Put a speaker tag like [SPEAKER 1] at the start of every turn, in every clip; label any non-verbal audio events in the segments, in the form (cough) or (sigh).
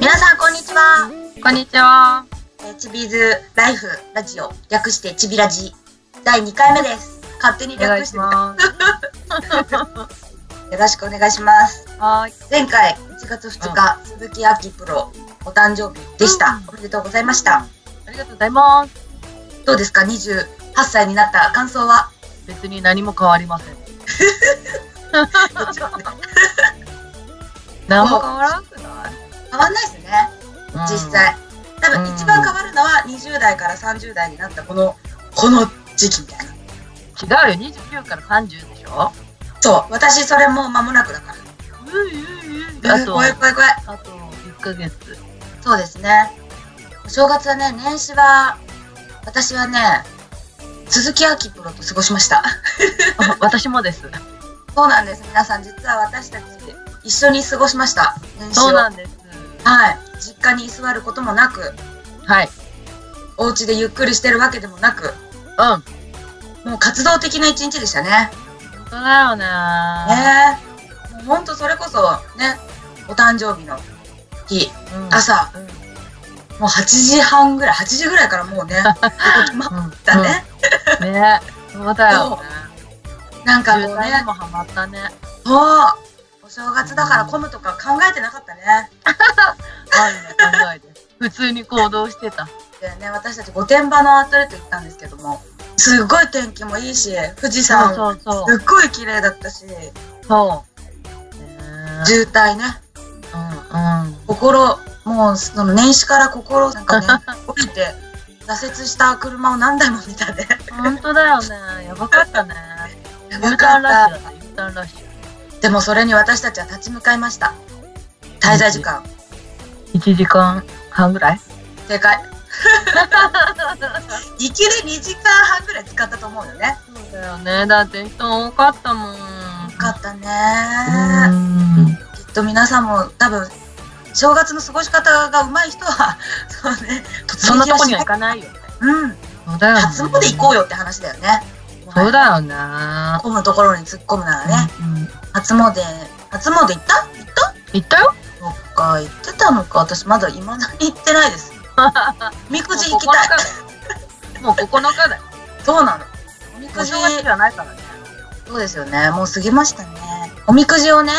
[SPEAKER 1] 皆さんこんにちは。
[SPEAKER 2] こんにちは。
[SPEAKER 1] えー、チビーズライフラジオ略してチビラジ第2回目です。勝手に
[SPEAKER 2] お願
[SPEAKER 1] 略
[SPEAKER 2] い
[SPEAKER 1] し
[SPEAKER 2] して
[SPEAKER 1] みた。よ
[SPEAKER 2] ます。
[SPEAKER 1] ろしくお願いします。
[SPEAKER 2] はーい。
[SPEAKER 1] 前回1月2日、鈴木亜希プロお誕生日でした、おめでとうございました。
[SPEAKER 2] ありがとうございます。
[SPEAKER 1] どうですか28歳になった感想は？
[SPEAKER 2] 別に何も変わり (laughs) ません。
[SPEAKER 1] もちろんね
[SPEAKER 2] (laughs) 何も変わらんくない
[SPEAKER 1] 変わんないですね。実。際。多分一番変わるのは20代から30代になったこのこの時期みたいな。
[SPEAKER 2] うん違うよ、29から30でしょ
[SPEAKER 1] そう私それもう間もなくだから。
[SPEAKER 2] うんうんうん。あと、
[SPEAKER 1] 怖い怖い怖い。
[SPEAKER 2] あと1ヶ月。
[SPEAKER 1] そうですね。お正月はね、年始は、私はね、鈴木亜希プロと過ごしました。
[SPEAKER 2] あ私もです。
[SPEAKER 1] そうなんです、皆さん。実は私たち、一緒に過ごしました。年始を
[SPEAKER 2] そうなんです。
[SPEAKER 1] はい。実家に居座ることもなく、
[SPEAKER 2] はい。
[SPEAKER 1] お家でゆっくりしてるわけでもなく、
[SPEAKER 2] うん。本
[SPEAKER 1] もう活動的な一日でしたね。
[SPEAKER 2] 当だよね
[SPEAKER 1] ねえ。もうほんとそれこそ、ね、お誕生日の日、
[SPEAKER 2] うん
[SPEAKER 1] 朝、
[SPEAKER 2] うん
[SPEAKER 1] もう8時半ぐらい、8時ぐらいから (laughs) もうね、ここ決まっ
[SPEAKER 2] うん。
[SPEAKER 1] たね。
[SPEAKER 2] うん。ね。そうだよね。
[SPEAKER 1] なんか
[SPEAKER 2] 渋
[SPEAKER 1] もうね
[SPEAKER 2] 滞に、もハマったね。
[SPEAKER 1] そうお正月だから混むとか考えてなかったね。
[SPEAKER 2] あるね、考えて。普通に行動してた。
[SPEAKER 1] でね、私たち御殿場のアウトレット行ったんですけども、すっごい天気もいいし、富士山、
[SPEAKER 2] そうそうそう。
[SPEAKER 1] すっごい綺麗だったし、
[SPEAKER 2] そう。ねえ
[SPEAKER 1] 渋滞ね、
[SPEAKER 2] うんうん。
[SPEAKER 1] 心、もうその年始から心なん
[SPEAKER 2] (laughs)
[SPEAKER 1] かね、降りて、挫折した車を何台も見た
[SPEAKER 2] (laughs)
[SPEAKER 1] ね。
[SPEAKER 2] 本当だよね。やばかったね。
[SPEAKER 1] や
[SPEAKER 2] U
[SPEAKER 1] ば
[SPEAKER 2] ター
[SPEAKER 1] か
[SPEAKER 2] ンラ
[SPEAKER 1] っ
[SPEAKER 2] ッシュだった。U ターンラッシュ。
[SPEAKER 1] た。でもそれに私たちは立ち向かいました。滞在時間、
[SPEAKER 2] 一時間半ぐらい。
[SPEAKER 1] 正解。行きで2時間半ぐらい使ったと思うよね。
[SPEAKER 2] そうだよね。だって人多かったもん。
[SPEAKER 1] よかったね
[SPEAKER 2] うん。
[SPEAKER 1] きっと皆さんも多分正月の過ごし方が上手い人は (laughs) そうね
[SPEAKER 2] そんなとこには行かないよね。
[SPEAKER 1] うん
[SPEAKER 2] そうだよね。
[SPEAKER 1] 初詣行こうよって話だよね
[SPEAKER 2] そうだよね。
[SPEAKER 1] 混むところに突っ込むならね、
[SPEAKER 2] うん
[SPEAKER 1] 初詣初詣行った
[SPEAKER 2] 行ったよ。
[SPEAKER 1] そっか行ってたのか私まだ未だに行ってない
[SPEAKER 2] (laughs)
[SPEAKER 1] ですおみくじ行きたい
[SPEAKER 2] い。もう9日だよ。
[SPEAKER 1] そうなのおみ
[SPEAKER 2] お
[SPEAKER 1] くじ
[SPEAKER 2] 正月じゃないからね。
[SPEAKER 1] そうですよねもう過ぎましたねおみくじをね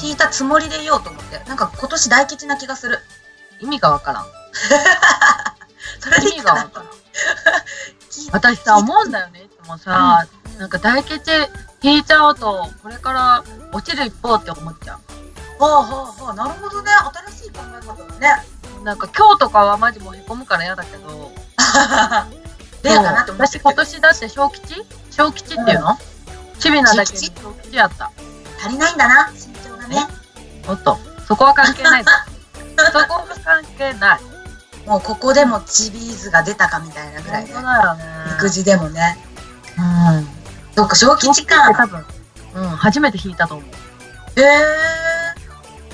[SPEAKER 1] 引いたつもりでいようと思ってなんか今年大吉な気がする
[SPEAKER 2] 意味がわからん。
[SPEAKER 1] それでいい
[SPEAKER 2] 意味が
[SPEAKER 1] か
[SPEAKER 2] わ
[SPEAKER 1] な
[SPEAKER 2] からん。
[SPEAKER 1] (laughs) 聞いて
[SPEAKER 2] 私さ思うんだよねいつもさ、なんか大吉引いちゃうとこれから落ちる一方って思っちゃ
[SPEAKER 1] ほうほうほうなるほどね新しい考え方だね (laughs)
[SPEAKER 2] うなんか今日とかはマジもうへこむから嫌だけど
[SPEAKER 1] レアかなって思って
[SPEAKER 2] 私今年だって小吉小吉っていうの、チビなだけに
[SPEAKER 1] 小
[SPEAKER 2] 小吉やった
[SPEAKER 1] 足りないんだな身長がね
[SPEAKER 2] おっとそこは関係
[SPEAKER 1] (laughs)
[SPEAKER 2] ないぞそこは関係ない
[SPEAKER 1] もうここでもチビーズが出たかみたいなぐらい
[SPEAKER 2] 本
[SPEAKER 1] で
[SPEAKER 2] 当だよね
[SPEAKER 1] 育児でもね
[SPEAKER 2] うん
[SPEAKER 1] そっか小吉
[SPEAKER 2] 小って
[SPEAKER 1] か
[SPEAKER 2] 多分うん初めて引いたと思
[SPEAKER 1] へえ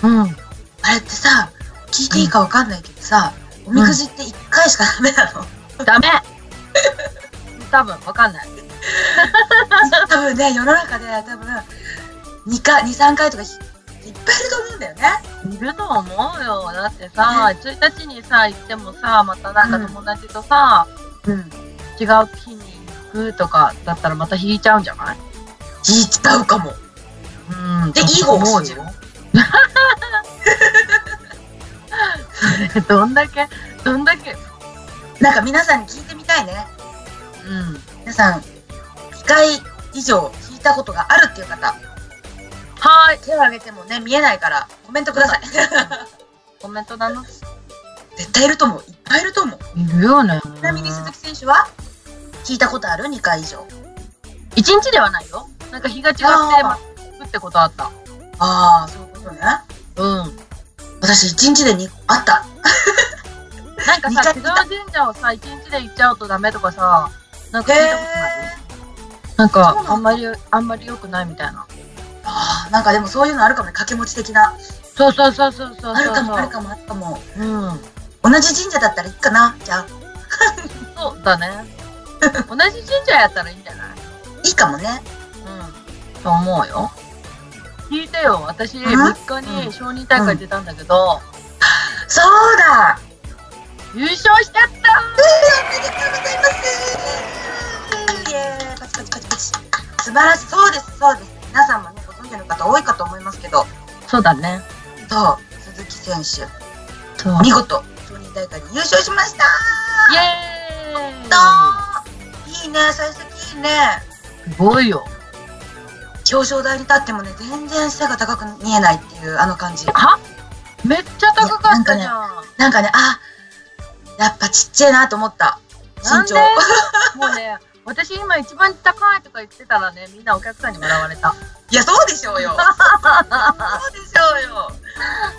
[SPEAKER 2] ううん
[SPEAKER 1] あれってさ聞いていいかわかんないけどさ、おみくじって一回しかダメなの、
[SPEAKER 2] ダメ多分わかんない
[SPEAKER 1] 多分ね世の中で多分2回23回とかひいっぱいいると思うんだよね
[SPEAKER 2] いると思うよ。だってさ、1日にさ、行ってもさ、またなんか友達とさ、
[SPEAKER 1] うん
[SPEAKER 2] 違う日に行くとかだったらまた引いちゃうんじゃない
[SPEAKER 1] 引いちゃうかも
[SPEAKER 2] うん。
[SPEAKER 1] でいい方を信じる
[SPEAKER 2] と思うよ (laughs) どんだけ、どんだけ、
[SPEAKER 1] なんか皆さんに聞いてみたいね
[SPEAKER 2] うん。
[SPEAKER 1] 皆さん2回以上引いたことがあるっていう方
[SPEAKER 2] はーい。
[SPEAKER 1] 手を挙げてもね見えないからコメントくださ (laughs) い
[SPEAKER 2] コメントだな。
[SPEAKER 1] 絶対いると思ういっぱいいると思う
[SPEAKER 2] いるよね。
[SPEAKER 1] ちなみに鈴木選手は聞いたことある2回以上
[SPEAKER 2] 一日ではないよ。なんか日が違って、ま
[SPEAKER 1] あ
[SPEAKER 2] 行くってことあった。
[SPEAKER 1] ああそういうことね
[SPEAKER 2] うん。
[SPEAKER 1] 私1日で2あった
[SPEAKER 2] なんかさ、違
[SPEAKER 1] 二回
[SPEAKER 2] う神社をさ、一日で行っちゃうとダメとかさ、なんか聞いたことない。なん
[SPEAKER 1] そうな
[SPEAKER 2] か
[SPEAKER 1] んだ
[SPEAKER 2] あんまりあんまり良くないみたいな。
[SPEAKER 1] ああなんかでもそういうのあるかもね掛け持ち的な
[SPEAKER 2] そうそうそうそうそうそう。
[SPEAKER 1] あるかもあるかもあるかも
[SPEAKER 2] うん。
[SPEAKER 1] 同じ神社だったらいいかなじゃあ
[SPEAKER 2] そうだね。同じ神社やったらいいんじゃない？
[SPEAKER 1] いいかもね
[SPEAKER 2] うん。と思うよ。聞いてよ。私
[SPEAKER 1] ん
[SPEAKER 2] 3日に小児大会出たんだけど、
[SPEAKER 1] そうだ
[SPEAKER 2] 優勝しちゃ
[SPEAKER 1] お
[SPEAKER 2] った
[SPEAKER 1] めでとうございますイエーイパチパチパチパチ素晴らしいそうですそうです皆さんもねご存知の方多いかと思いますけど
[SPEAKER 2] そうだね。
[SPEAKER 1] そう鈴木選手
[SPEAKER 2] そう。イ
[SPEAKER 1] 見事小児大会に優勝しました
[SPEAKER 2] エーイ
[SPEAKER 1] どーいいね最先いいね
[SPEAKER 2] すごいよ。
[SPEAKER 1] 表彰台に立ってもね全然背が高く見えないっていうあの感じ
[SPEAKER 2] あめっちゃ高かったじゃん。
[SPEAKER 1] なんかねあやっぱちっちゃいなと思った
[SPEAKER 2] な
[SPEAKER 1] 身
[SPEAKER 2] んで (laughs)
[SPEAKER 1] 長
[SPEAKER 2] もうね、私今一番高いとか言ってたらね、みんなお客さんに笑われた。
[SPEAKER 1] いやそうでしょうよそうでしょうよ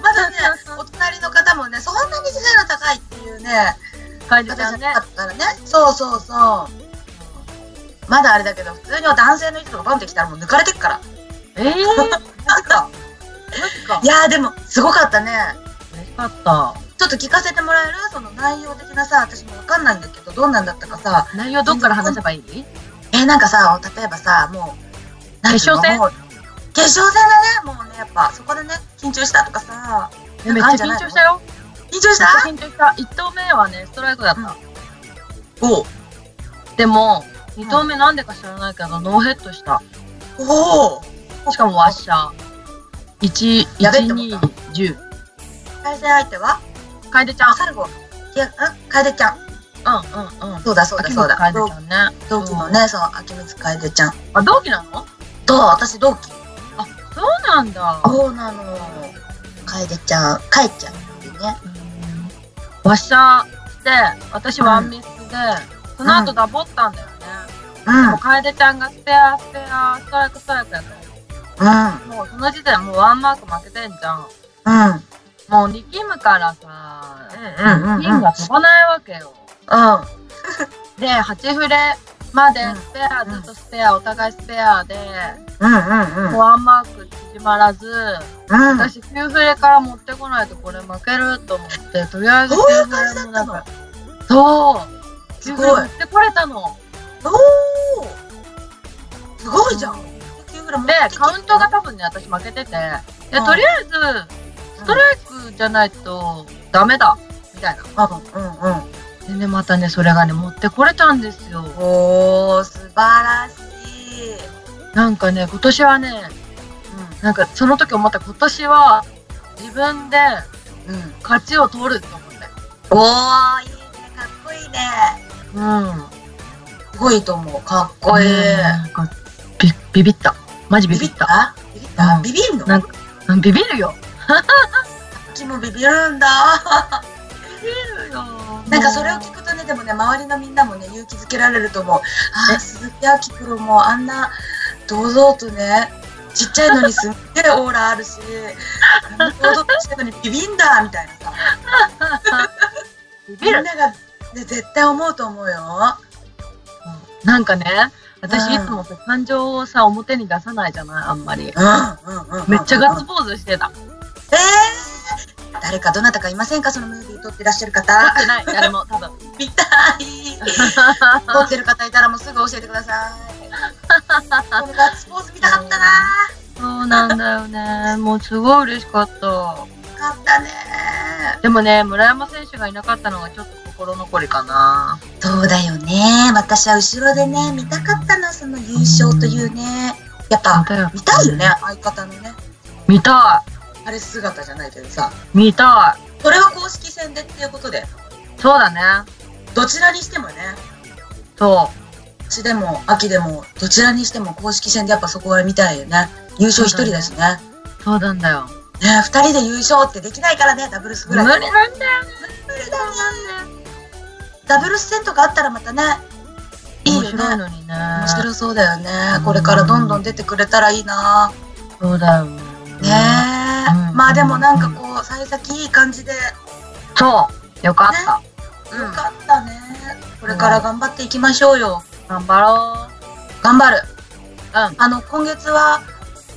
[SPEAKER 1] ま
[SPEAKER 2] (laughs)
[SPEAKER 1] だねお隣の方もねそんなに背が高いっていうね
[SPEAKER 2] 感じ
[SPEAKER 1] 方じ
[SPEAKER 2] だ
[SPEAKER 1] ゃ
[SPEAKER 2] ね。
[SPEAKER 1] なかったからねそうそうそうまだあれだけど普通に男性の人がバンってきたらもう抜かれてっから
[SPEAKER 2] ええー、
[SPEAKER 1] なんか
[SPEAKER 2] マ
[SPEAKER 1] い
[SPEAKER 2] ジか。
[SPEAKER 1] やーでもすごかったね
[SPEAKER 2] 嬉しかった。
[SPEAKER 1] ちょっと聞かせてもらえるその内容的なさ私もわかんないんだけどどんなんだったかさ
[SPEAKER 2] 内容どっから話せばいい
[SPEAKER 1] えーなんかさ例えばさもうなんていうの
[SPEAKER 2] 決勝戦
[SPEAKER 1] もう決勝戦だねもうねやっぱそこでね緊張したとかさ
[SPEAKER 2] えめっちゃ緊張したよ。
[SPEAKER 1] 緊張した
[SPEAKER 2] めっちゃ緊張した。1投目はね、ストライクだった。
[SPEAKER 1] お
[SPEAKER 2] でも、2投目なんでか知らないけど、ノーヘッドした。
[SPEAKER 1] おお
[SPEAKER 2] しかもワッシャー。1、
[SPEAKER 1] やべえっ
[SPEAKER 2] 1、
[SPEAKER 1] て思
[SPEAKER 2] 2
[SPEAKER 1] っ、
[SPEAKER 2] 10。
[SPEAKER 1] 対戦相手は
[SPEAKER 2] 楓ちゃん
[SPEAKER 1] あ。最後いやん楓ちゃん
[SPEAKER 2] うんうんうん。
[SPEAKER 1] そうだそうだ
[SPEAKER 2] 秋
[SPEAKER 1] そう
[SPEAKER 2] 元
[SPEAKER 1] だ
[SPEAKER 2] 楓ちゃんね。
[SPEAKER 1] 同期のね、その秋光楓ちゃん
[SPEAKER 2] あ、同期なの
[SPEAKER 1] と私同期
[SPEAKER 2] そうなんだ。
[SPEAKER 1] そうなの楓ちゃん楓ちゃんっていうね
[SPEAKER 2] ワッシャーして、私ワンミスで、その後ダボったんだよね。もう楓ちゃんがスペア、スペア、ストライク、ストライクやった
[SPEAKER 1] う
[SPEAKER 2] もうその時点でもうワンマーク負けてんじゃん。
[SPEAKER 1] んうんうん
[SPEAKER 2] もう力むからさ、
[SPEAKER 1] うんうんうん
[SPEAKER 2] ピンが飛ばないわけよ。
[SPEAKER 1] うん
[SPEAKER 2] で、8フレまでスペア、ずっとスペア、お互いスペアで、
[SPEAKER 1] うんうんうん
[SPEAKER 2] ワンマーク縮まらず、
[SPEAKER 1] うん
[SPEAKER 2] 私9フレから持ってこないとこれ負けると思って、とりあえず9
[SPEAKER 1] こういう
[SPEAKER 2] フ
[SPEAKER 1] 感じだ
[SPEAKER 2] レも
[SPEAKER 1] っ
[SPEAKER 2] な
[SPEAKER 1] た
[SPEAKER 2] ん
[SPEAKER 1] の
[SPEAKER 2] か、そう、
[SPEAKER 1] す
[SPEAKER 2] 9
[SPEAKER 1] ご
[SPEAKER 2] フレ持
[SPEAKER 1] い
[SPEAKER 2] ってこれたの。
[SPEAKER 1] おーすごいじゃん
[SPEAKER 2] で、カウントが多分ね、私負けてて、で、
[SPEAKER 1] うん
[SPEAKER 2] とりあえず、ストライクじゃないとダメだ、みたいな。
[SPEAKER 1] うんうんうん
[SPEAKER 2] でね、またね、それがね、持ってこれたんですよ。
[SPEAKER 1] おー素晴らしい
[SPEAKER 2] なんかね、今年はね、なんかその時思った今年は、自分で
[SPEAKER 1] うんうん
[SPEAKER 2] 勝ちを取ると思って。
[SPEAKER 1] おーいいねかっこいいね
[SPEAKER 2] うん。
[SPEAKER 1] すごいと思うかっこいい
[SPEAKER 2] なんかビ、ビビった。マジビビった。
[SPEAKER 1] ビビった
[SPEAKER 2] うん
[SPEAKER 1] ビビんの
[SPEAKER 2] なんか、うんビビるよ。
[SPEAKER 1] 私もビビるんだ
[SPEAKER 2] ビビるよ。
[SPEAKER 1] なんかそれを聞くとねでもね周りのみんなもね勇気づけられると思うあー鈴木亜希プロもあんな堂々とねちっちゃいのにすっげえオーラあるしあんな堂々としてるのにビビんだみたいな (laughs) さ
[SPEAKER 2] ビ
[SPEAKER 1] み
[SPEAKER 2] ビ
[SPEAKER 1] ん
[SPEAKER 2] る
[SPEAKER 1] な。が、ね、絶対思うと思うよ
[SPEAKER 2] なんかね、私い
[SPEAKER 1] うん
[SPEAKER 2] つもさ感情をさ、表に出さないじゃない、あんまり。
[SPEAKER 1] うんうんうんうん
[SPEAKER 2] めっちゃガッツポーズしてた。
[SPEAKER 1] えー、誰かどなたかいませんかそのムービー撮ってらっしゃる
[SPEAKER 2] 撮
[SPEAKER 1] 方
[SPEAKER 2] ってない、誰も、多分。
[SPEAKER 1] 見たい撮ってる方いたらもうすぐ教えてくださいこのガッツポーズ見たかったな
[SPEAKER 2] そうなんだよね。もうすごい嬉しかった。
[SPEAKER 1] よかったね
[SPEAKER 2] でもね、村山選手がいなかったのがちょっと心残りかな。
[SPEAKER 1] そうだよね私は後ろでね見たかったなその優勝というねやっぱ
[SPEAKER 2] 見たよ
[SPEAKER 1] 見たいよね相方のね
[SPEAKER 2] 見た
[SPEAKER 1] あれ姿じゃないけどさ
[SPEAKER 2] い見たい
[SPEAKER 1] それは公式戦でっていうことで
[SPEAKER 2] そうだね。
[SPEAKER 1] どちらにしてもね
[SPEAKER 2] そ
[SPEAKER 1] ちでも秋でもどちらにしても公式戦でやっぱそこは見たいよね優勝一人だしね
[SPEAKER 2] う。そうなんだよ。
[SPEAKER 1] ね二人で優勝ってできないからねダブルス
[SPEAKER 2] 無
[SPEAKER 1] ぐ
[SPEAKER 2] 理
[SPEAKER 1] らい
[SPEAKER 2] な
[SPEAKER 1] は
[SPEAKER 2] んだよね。
[SPEAKER 1] 無理だねダブルス戦とかあったらまたねいいよね
[SPEAKER 2] 面白いのにね。
[SPEAKER 1] 面白そうだよねこれからどんどん出てくれたらいいな
[SPEAKER 2] そうだよね。
[SPEAKER 1] ねえ、
[SPEAKER 2] うん
[SPEAKER 1] まあでもなんかこう幸先いい感じでよ
[SPEAKER 2] そう。よかった。うん
[SPEAKER 1] かったね、これから頑張っていきましょうよ
[SPEAKER 2] 頑張ろう。
[SPEAKER 1] 頑張る
[SPEAKER 2] うん。
[SPEAKER 1] あの今月は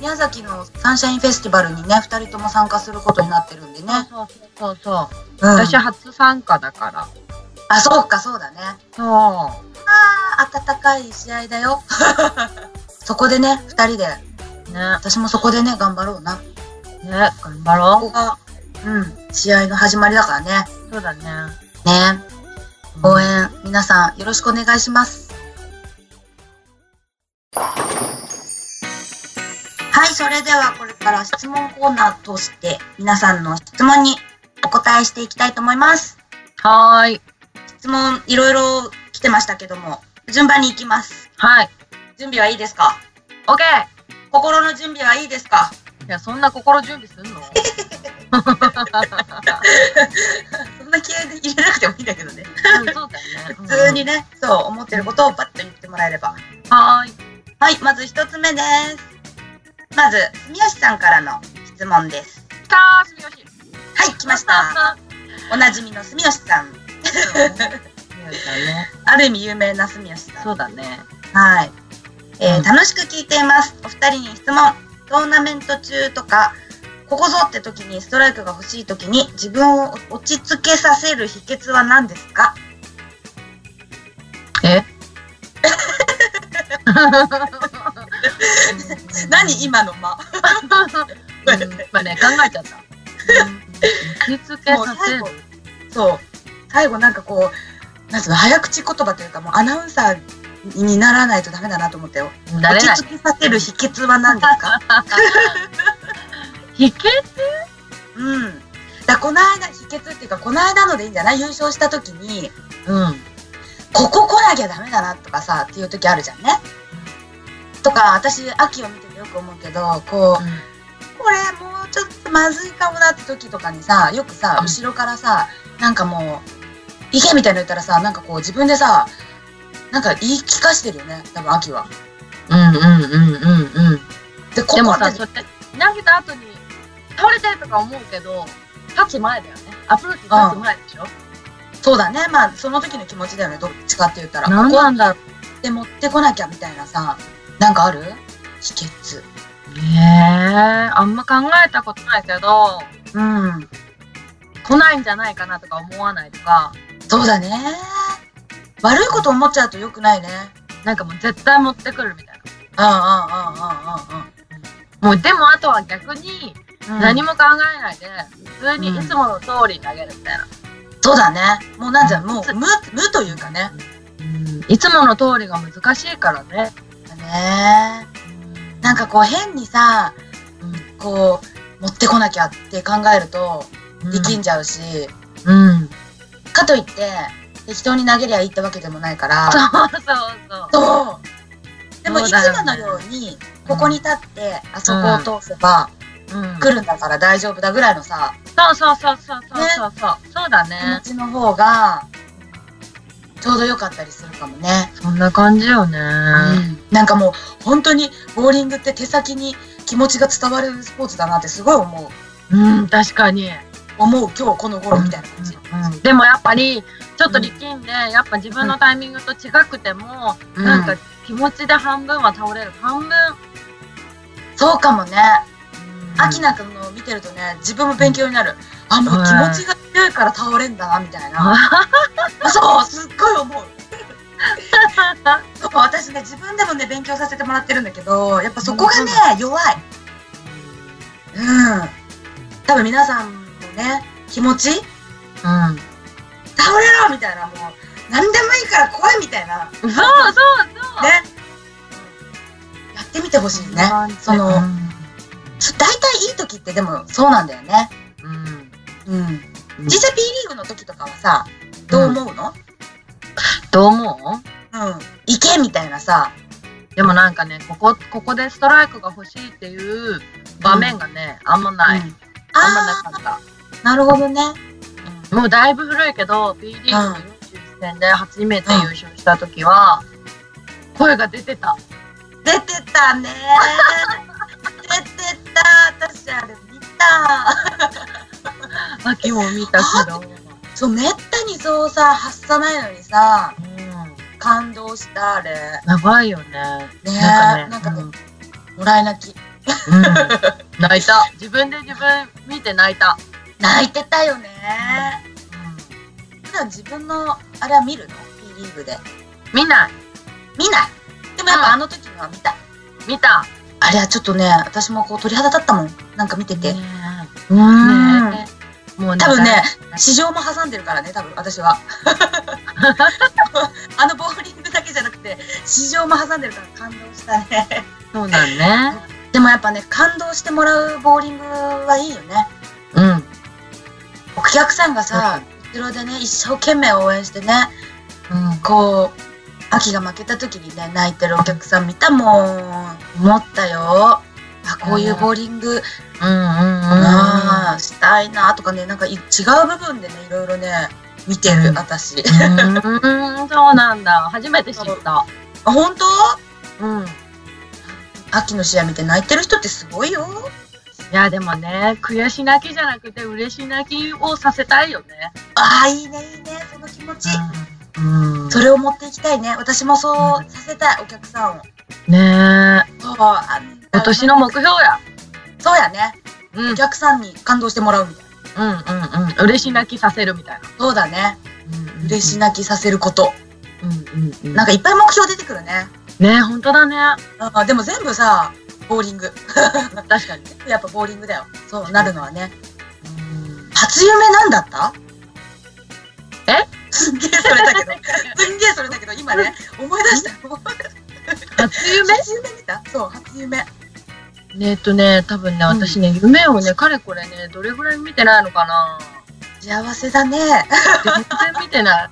[SPEAKER 1] 宮崎のサンシャインフェスティバルにね2人とも参加することになってるんでね、
[SPEAKER 2] そうそうそうそう。
[SPEAKER 1] うん
[SPEAKER 2] 私初参加だから。
[SPEAKER 1] あそうかそうだね
[SPEAKER 2] そ
[SPEAKER 1] あ温かい試合だよ (laughs) そこでね2人で
[SPEAKER 2] う。ね。
[SPEAKER 1] 私もそこでね頑張ろうな
[SPEAKER 2] ね。頑張
[SPEAKER 1] こ
[SPEAKER 2] ろ
[SPEAKER 1] こがうん試合の始まりだからね。
[SPEAKER 2] そうだね。
[SPEAKER 1] ね。
[SPEAKER 2] うん
[SPEAKER 1] 応援、皆さんよろしくお願いします。はい、それではこれから質問コーナーとして皆さんの質問にお答えしていきたいと思います。
[SPEAKER 2] はーい。
[SPEAKER 1] 質問いろいろ来てましたけども、順番に行きます。
[SPEAKER 2] はい。
[SPEAKER 1] 準備はいいですか
[SPEAKER 2] オッケー
[SPEAKER 1] 心の準備はいいですか
[SPEAKER 2] いや、そんな心準備すんの
[SPEAKER 1] そんな気合で入れなくてもいいんだけどね。
[SPEAKER 2] うんそうだよね。
[SPEAKER 1] 普通にね、そう思ってることをバッと言ってもらえれば。
[SPEAKER 2] うん。はーい。
[SPEAKER 1] はい、まず一つ目です。まず、住吉さんからの質問です。
[SPEAKER 2] きたー、住吉。
[SPEAKER 1] はい、来ました。。おなじみの住吉さん。
[SPEAKER 2] ね、
[SPEAKER 1] ある意味有名な住吉さ
[SPEAKER 2] そ
[SPEAKER 1] ん。
[SPEAKER 2] うだね。
[SPEAKER 1] はい、えー
[SPEAKER 2] うん
[SPEAKER 1] 楽しく聞いています。お二人に質問。トーナメント中とか、ここぞって時にストライクが欲しい時に自分を落ち着けさせる秘訣は何です
[SPEAKER 2] (laughs)
[SPEAKER 1] か
[SPEAKER 2] え
[SPEAKER 1] 今の (laughs) 間。
[SPEAKER 2] うんまあね、考えちゃった。受け付け
[SPEAKER 1] もう
[SPEAKER 2] させ
[SPEAKER 1] 最
[SPEAKER 2] る
[SPEAKER 1] 後。そう最後なんかこうなんつうの早口言葉というかもうアナウンサーにならないとダメだなと思ったよ。
[SPEAKER 2] なれない
[SPEAKER 1] 落。ち着きさせる秘訣は何ですか？
[SPEAKER 2] 秘訣
[SPEAKER 1] うん。だからこの間秘訣っていうかこの間のでいいんじゃない？優勝した時に
[SPEAKER 2] うん。
[SPEAKER 1] ここ来なきゃダメだなとかさっていう時あるじゃんね。とか私秋を見ててよく思うけどこうこれもうちょっとまずいかもなって時とかにさよくさ
[SPEAKER 2] うん
[SPEAKER 1] 後ろからさなんかもう「行け!」みたいなの言ったらさなんかこう自分でさなんか言い聞かしてるよね多分秋は。
[SPEAKER 2] うんうんうんうんうん。
[SPEAKER 1] でこ
[SPEAKER 2] でも
[SPEAKER 1] こ
[SPEAKER 2] さ、
[SPEAKER 1] で
[SPEAKER 2] そうやって投げた後に倒れてるとか思うけど、立つ前だよね。アプローチ立つ前でしょ。
[SPEAKER 1] そうだねまあその時の気持ちだよねどっちかって言ったら
[SPEAKER 2] 何
[SPEAKER 1] ここ
[SPEAKER 2] なんだろ
[SPEAKER 1] で持ってこなきゃみたいなさなんかある秘訣
[SPEAKER 2] うねえ。あんま考えたことないけど、
[SPEAKER 1] うん
[SPEAKER 2] 来ないんじゃないかなとか思わないとか、
[SPEAKER 1] そうだね悪いこと思っちゃうとよくないね
[SPEAKER 2] なんかもう絶対持ってくるみたい
[SPEAKER 1] うんうんう
[SPEAKER 2] な。もうでもあとは逆に
[SPEAKER 1] んうんうんうん
[SPEAKER 2] 何も考えないで、普通にいつもの通り投げるみたいな。
[SPEAKER 1] そうだねもうなんじゃもう無無というかね
[SPEAKER 2] いつもの通りが難しいからね。
[SPEAKER 1] だねなんかこう変にさ、
[SPEAKER 2] うん
[SPEAKER 1] こう持ってこなきゃって考えると力んじゃうし、
[SPEAKER 2] うん。うん。
[SPEAKER 1] かといって適当に投げりゃいいってわけでもないから
[SPEAKER 2] そうそうそう。
[SPEAKER 1] そうでもい
[SPEAKER 2] そう
[SPEAKER 1] つ
[SPEAKER 2] だよね
[SPEAKER 1] ものようにここに立ってあそこを通せば
[SPEAKER 2] うん
[SPEAKER 1] 来るんだから大丈夫だぐらいのさ
[SPEAKER 2] そうそうそうそうそうそうそう。そうだ
[SPEAKER 1] 気
[SPEAKER 2] ね
[SPEAKER 1] 持。ちの方がちょうど良かったりするかもね。
[SPEAKER 2] そんな感じよね。
[SPEAKER 1] なんかもう本当にボーリングって手先に気持ちが伝わるスポーツだなってすごい思う
[SPEAKER 2] うん、確かに。
[SPEAKER 1] 思う今日この頃みたいな感じ。
[SPEAKER 2] うんでもやっぱりちょっと力んで、やっぱ自分のタイミングと違くても、
[SPEAKER 1] うん
[SPEAKER 2] なんか気持ちで半分は倒れる半分、
[SPEAKER 1] そうかもね。アキ
[SPEAKER 2] な
[SPEAKER 1] ナ君の見てるとね、自分も勉強になる。あ、もう気持ちが強いから倒れんだな、みたい (laughs) な。そう、すっごい思う。そう私ね、自分でもね、勉強させてもらってるんだけど、やっぱそこがね、弱い。うん。多分皆さんもね、気持ち
[SPEAKER 2] うん
[SPEAKER 1] 倒れろみたいな、もう、何でもいいから来いみたいな。ね。
[SPEAKER 2] そうそうそう、
[SPEAKER 1] やってみてほしいね。
[SPEAKER 2] 感じ
[SPEAKER 1] その
[SPEAKER 2] うん
[SPEAKER 1] そう大体いい時ってでもそうなんだよね。
[SPEAKER 2] うん
[SPEAKER 1] うん。
[SPEAKER 2] うん
[SPEAKER 1] 実際 P リーグの時とかはさ、どう思うの、
[SPEAKER 2] どう思う
[SPEAKER 1] うん、行けみたいなさ、
[SPEAKER 2] でもなんかねここここでストライクが欲しいっていう場面がね、あんまない、
[SPEAKER 1] うん
[SPEAKER 2] あんま
[SPEAKER 1] あ
[SPEAKER 2] なかった
[SPEAKER 1] ーなるほどね。
[SPEAKER 2] もうだいぶ古いけど B リーグの41戦で初めて優勝した時は、声が出てた
[SPEAKER 1] 出てたね
[SPEAKER 2] (laughs)
[SPEAKER 1] ー出てた私あれ見た
[SPEAKER 2] 秋も見たけど、
[SPEAKER 1] そうめったにそうさ発さないのにさ
[SPEAKER 2] うん、
[SPEAKER 1] 感動したあれ
[SPEAKER 2] 長いよね
[SPEAKER 1] ね
[SPEAKER 2] なんかね
[SPEAKER 1] なんかね
[SPEAKER 2] うん
[SPEAKER 1] もらい泣き
[SPEAKER 2] うん泣いた自分で自分見て泣いた、
[SPEAKER 1] 泣いてたよね普段自分のあれは見るの P リーグで
[SPEAKER 2] うん、見ない
[SPEAKER 1] 見ないでもやっ
[SPEAKER 2] う
[SPEAKER 1] ぱ
[SPEAKER 2] ん
[SPEAKER 1] あの時のは見たい、
[SPEAKER 2] 見た
[SPEAKER 1] あれはちょっとね私もこう鳥肌立ったもんなんか見てて、
[SPEAKER 2] ね
[SPEAKER 1] うーん
[SPEAKER 2] ねもう
[SPEAKER 1] 多分ね、市場も挟んでるからね、多分私
[SPEAKER 2] (laughs)
[SPEAKER 1] は。あのボーリングだけじゃなくて、市場も挟んでるから感動したね。
[SPEAKER 2] そうだね。
[SPEAKER 1] でもやっぱね、感動してもらうボーリングはいいよね。
[SPEAKER 2] うん。
[SPEAKER 1] お客さんがさ、後ろでね、一生懸命応援してね、こう、秋が負けた時にね、泣いてるお客さん見たもん。思ったよ。あ、こういうボーリング、
[SPEAKER 2] うんうん
[SPEAKER 1] なあしたいなとかねなんかい違う部分でねいろいろね見てる、
[SPEAKER 2] うん
[SPEAKER 1] 私
[SPEAKER 2] うん。うん、そうなんだ。初めて知った。
[SPEAKER 1] あ本当
[SPEAKER 2] うん。い
[SPEAKER 1] 秋の試合見て泣いてる人ってすごいよ
[SPEAKER 2] や、でもね、悔し泣きじゃなくて、嬉し泣きをさせたいよね。
[SPEAKER 1] ああいいねいいねその気持ち、
[SPEAKER 2] うん。
[SPEAKER 1] それを持っていきたいね私もそううさせたいお客さんを
[SPEAKER 2] ねえ。
[SPEAKER 1] そうあんた
[SPEAKER 2] 今年の目標や。
[SPEAKER 1] そうやね
[SPEAKER 2] うん。うん
[SPEAKER 1] お客さんに感動してもらうみたいな
[SPEAKER 2] うんうん。嬉し泣きさせるみたいな。
[SPEAKER 1] そうだね嬉し
[SPEAKER 2] い。
[SPEAKER 1] 泣きさせること、
[SPEAKER 2] うんうんうん。
[SPEAKER 1] なんかいっぱい目標出てくるね
[SPEAKER 2] ねえ、本当だね。
[SPEAKER 1] あーでも全部さボーリング
[SPEAKER 2] 確かに。
[SPEAKER 1] やっぱボーリングだよそうなるのはね初夢なんだった
[SPEAKER 2] え
[SPEAKER 1] すんげえそれだけどすんげえそれだけど今ね思い出した思い出した
[SPEAKER 2] 初夢
[SPEAKER 1] 初夢見たそう初夢
[SPEAKER 2] ねえっとね、多分ね、
[SPEAKER 1] うん
[SPEAKER 2] 私ね、夢をね、かれこれね、どれぐらい見てないのかな
[SPEAKER 1] 幸せだね
[SPEAKER 2] 全然見てない。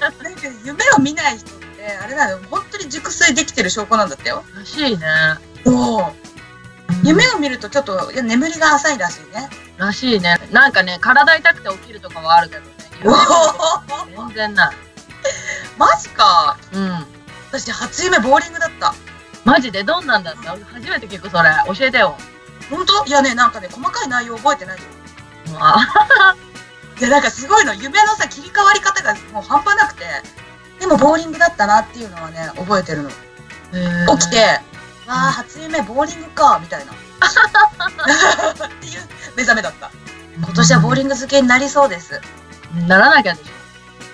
[SPEAKER 1] なんか夢を見ない人ってあれなの本当に熟睡できてる証拠なんだったよ
[SPEAKER 2] らしいね。
[SPEAKER 1] お夢を見るとちょっといや眠りが浅いらしいね
[SPEAKER 2] らしいね。なんかね、体痛くて起きるとかはあるけどね。
[SPEAKER 1] お
[SPEAKER 2] 夢
[SPEAKER 1] お
[SPEAKER 2] 全然ない。
[SPEAKER 1] マジか
[SPEAKER 2] うん。
[SPEAKER 1] 私初夢ボーリングだった
[SPEAKER 2] マジでどんなんだった初めて聞くそれ。教えてよ。
[SPEAKER 1] 本当いやねなんかね細かい内容覚えてないよ
[SPEAKER 2] もうあ、
[SPEAKER 1] でなんかすごいの夢のさ切り替わり方がもう半端なくてでもボーリングだったなっていうのはね覚えてるの (laughs) 起きて、。わあ初夢ボーリングかみたいなっていう目覚めだった今年はボーリング漬けになりそうです
[SPEAKER 2] ング。ならなきゃでしょ。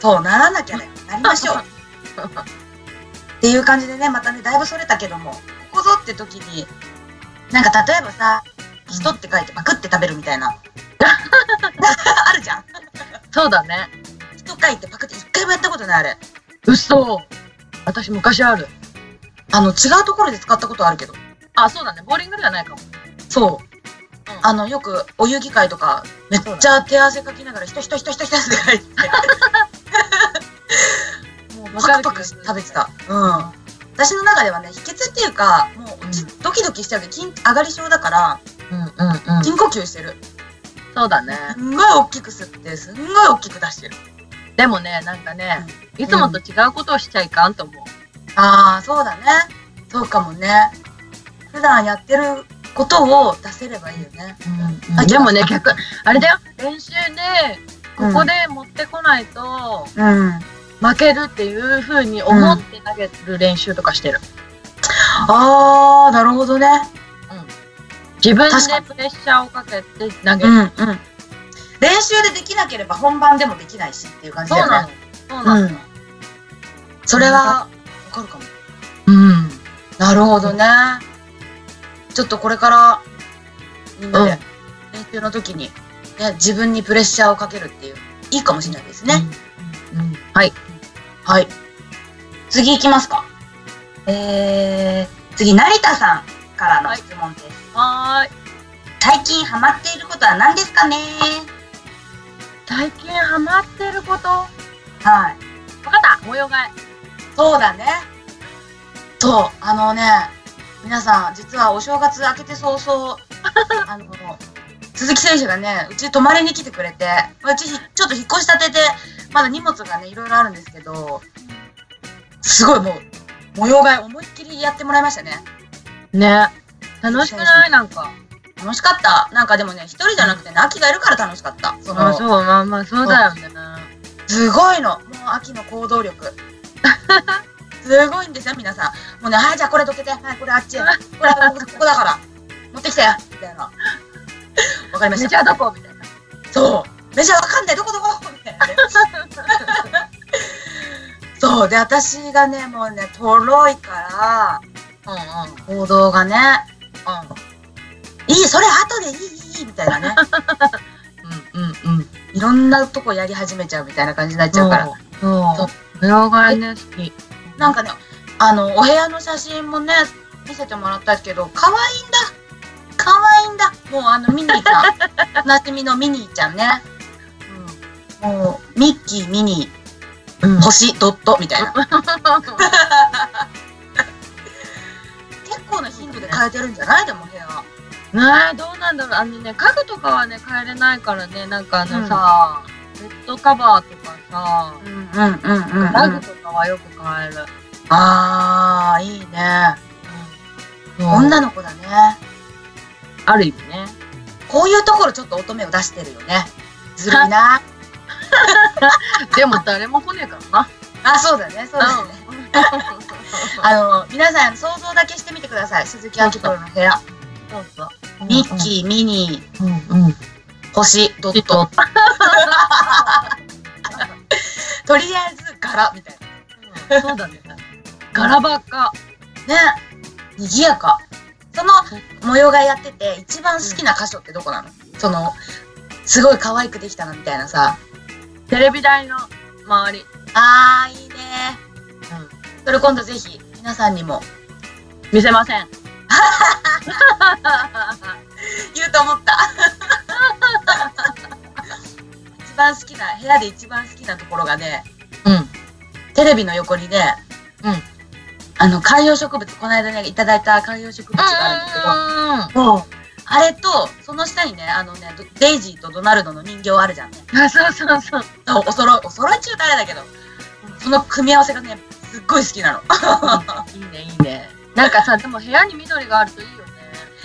[SPEAKER 1] そうならなきゃねなりましょうっていう感じでねまたねだいぶそれたけどもここぞって時になんか例えばさ「人」って書いてパクって食べるみたい (laughs) なあるじゃん
[SPEAKER 2] (laughs) そうだね。
[SPEAKER 1] 人書いてパクって一回もやったことないあれ
[SPEAKER 2] 嘘。私昔ある。
[SPEAKER 1] あの違うところで使ったことあるけど
[SPEAKER 2] あ、そうだね。ボーリングではないかも。
[SPEAKER 1] そう。
[SPEAKER 2] うん
[SPEAKER 1] あの、よく、お遊戯会とか、めっちゃ手汗かきながら、ひとひとひとひとひとって書いて、 (laughs)
[SPEAKER 2] もう
[SPEAKER 1] パクパク食べてた。うん。私の中ではね、秘訣っていうか、もう、ちドキドキしちゃうけど、筋上がり症だから、
[SPEAKER 2] うんうんうん。
[SPEAKER 1] 筋呼吸してる。
[SPEAKER 2] そうだね。
[SPEAKER 1] すんごい大きく吸って、すんごい大きく出してる。
[SPEAKER 2] でもね、なんかね、いつもと違うことをしちゃいかんと思う。
[SPEAKER 1] ああ、そうだね。そうかもね。普段やってることを出せればいいよね。
[SPEAKER 2] うんあでもね、逆、あれだよ。練習で、ここで持ってこないと、
[SPEAKER 1] うん。
[SPEAKER 2] 負けるっていう風に思って投げる練習とかしてる。
[SPEAKER 1] ああ、なるほどね。
[SPEAKER 2] 自分
[SPEAKER 1] 確か
[SPEAKER 2] でプレッシャーをかけて投げ
[SPEAKER 1] う
[SPEAKER 2] る。
[SPEAKER 1] んうん。練習でできなければ本番でもできないしっていう感じ
[SPEAKER 2] そう
[SPEAKER 1] だよね。
[SPEAKER 2] なの。そうなの。
[SPEAKER 1] うんそれは、わかるかも。
[SPEAKER 2] うん。
[SPEAKER 1] なるほどね。ちょっとこれから、みんな
[SPEAKER 2] う
[SPEAKER 1] で
[SPEAKER 2] ん、
[SPEAKER 1] 練習の時に、ね、自分にプレッシャーをかけるっていう、いいかもしれないですね。
[SPEAKER 2] うん。うん。はい。
[SPEAKER 1] はい。次行きますか。えー、次、成田さんからの質問です。
[SPEAKER 2] はーい。
[SPEAKER 1] 最近ハマっていることは何ですかね
[SPEAKER 2] 最近ハマってること。わ
[SPEAKER 1] はい。
[SPEAKER 2] かった。模様替え。
[SPEAKER 1] そうだね。そう、あのね、皆さん、実はお正月明けて早々、あの、鈴木選手がね、うち泊まりに来てくれて、まあうちひちょっと引っ越したてで、まだ荷物がね、いろいろあるんですけど、すごいもう、模様替え思いっきりやってもらいましたね。
[SPEAKER 2] ね。楽しくないなんか。
[SPEAKER 1] 楽しかった。なんかでもね、一人じゃなくてね、秋がいるから楽しかった。そ
[SPEAKER 2] あ
[SPEAKER 1] の
[SPEAKER 2] そう、まあまあ、そうだよね。
[SPEAKER 1] すごいの。もう秋の行動力。 (laughs) すごいんですよ、皆さん。もうね、はい、じゃあこれどけて、はい、これあっち、これここここだから、持ってきて、みたいな。わかりま
[SPEAKER 2] メ
[SPEAKER 1] し
[SPEAKER 2] ジャ
[SPEAKER 1] た。
[SPEAKER 2] ーどこみたいな。
[SPEAKER 1] そう。メジャーわかんない、どこどこみたいなね。そう。で、私がね、もうね、とろいか
[SPEAKER 2] うんう
[SPEAKER 1] ら、行
[SPEAKER 2] ん。
[SPEAKER 1] 動がね、
[SPEAKER 2] う
[SPEAKER 1] いい、それ後でいい、いい、いいみたいなね。
[SPEAKER 2] んうん
[SPEAKER 1] いろんなとこやり始めちゃうみたいな感じになっちゃうから。
[SPEAKER 2] そう。そう。裏側ね、好き。
[SPEAKER 1] なんかね、あの、お部屋の写真もね、見せてもらったけど、可愛いんだ可愛いんだもうあの、ミニーち
[SPEAKER 2] (laughs)
[SPEAKER 1] ゃん。おなじみのミニーちゃんね。うん、もう、ミッキー、ミニ
[SPEAKER 2] うん
[SPEAKER 1] ー、星、ドットみたいな。結構な頻度で変えてるんじゃないでも部屋。
[SPEAKER 2] (laughs) ねえどうなんだろうあのね家具とかはね変えれないからねなんかあのさ、ベッドカバーとかさ、
[SPEAKER 1] うんうんうん
[SPEAKER 2] ラグとかはよく変える、
[SPEAKER 1] ああ、いいね。
[SPEAKER 2] うん
[SPEAKER 1] 女の子だね。
[SPEAKER 2] ある意味ね
[SPEAKER 1] こういうところちょっと乙女を出してるよね。ずるい
[SPEAKER 2] (laughs)
[SPEAKER 1] な。
[SPEAKER 2] でも (laughs) 誰も来ねえから
[SPEAKER 1] あ、そうだね、そうだ
[SPEAKER 2] な
[SPEAKER 1] ね。
[SPEAKER 2] うん
[SPEAKER 1] あの、皆さん想像だけしてみてください。鈴木明子の部屋。
[SPEAKER 2] そうそう
[SPEAKER 1] ミッキー、ミニー、
[SPEAKER 2] ーうんうん
[SPEAKER 1] 星、ド
[SPEAKER 2] ちょ
[SPEAKER 1] ッ
[SPEAKER 2] っと
[SPEAKER 1] ト。 (laughs) とりあえず柄みたい
[SPEAKER 2] うんそうだね柄ばっか
[SPEAKER 1] な。ね。賑やか。その模様がやってて、一番好きな箇所ってどこなの、その、すごい可愛くできたなみたいなさ。
[SPEAKER 2] テレビ台の周り、
[SPEAKER 1] あー、いいね。
[SPEAKER 2] うん、
[SPEAKER 1] それ今度ぜひ、皆さんにも
[SPEAKER 2] 見せません
[SPEAKER 1] 言うと思った。 (laughs) 一番好きな、部屋で一番好きなところがね、
[SPEAKER 2] (laughs) うん
[SPEAKER 1] テレビの横にね、
[SPEAKER 2] うん
[SPEAKER 1] あの、観葉植物、この間ね、いただいた観葉植物があるんだけど、うんあれと、その下にね、あのね、ドデイジーとドナルドの人形あるじゃんね。
[SPEAKER 2] あそうそうそう
[SPEAKER 1] そうお揃い、お揃い中誰だけど、その組み合わせがね、すっごい好きなの。
[SPEAKER 2] いいねいいねなんかさでも部屋に緑があるといいよね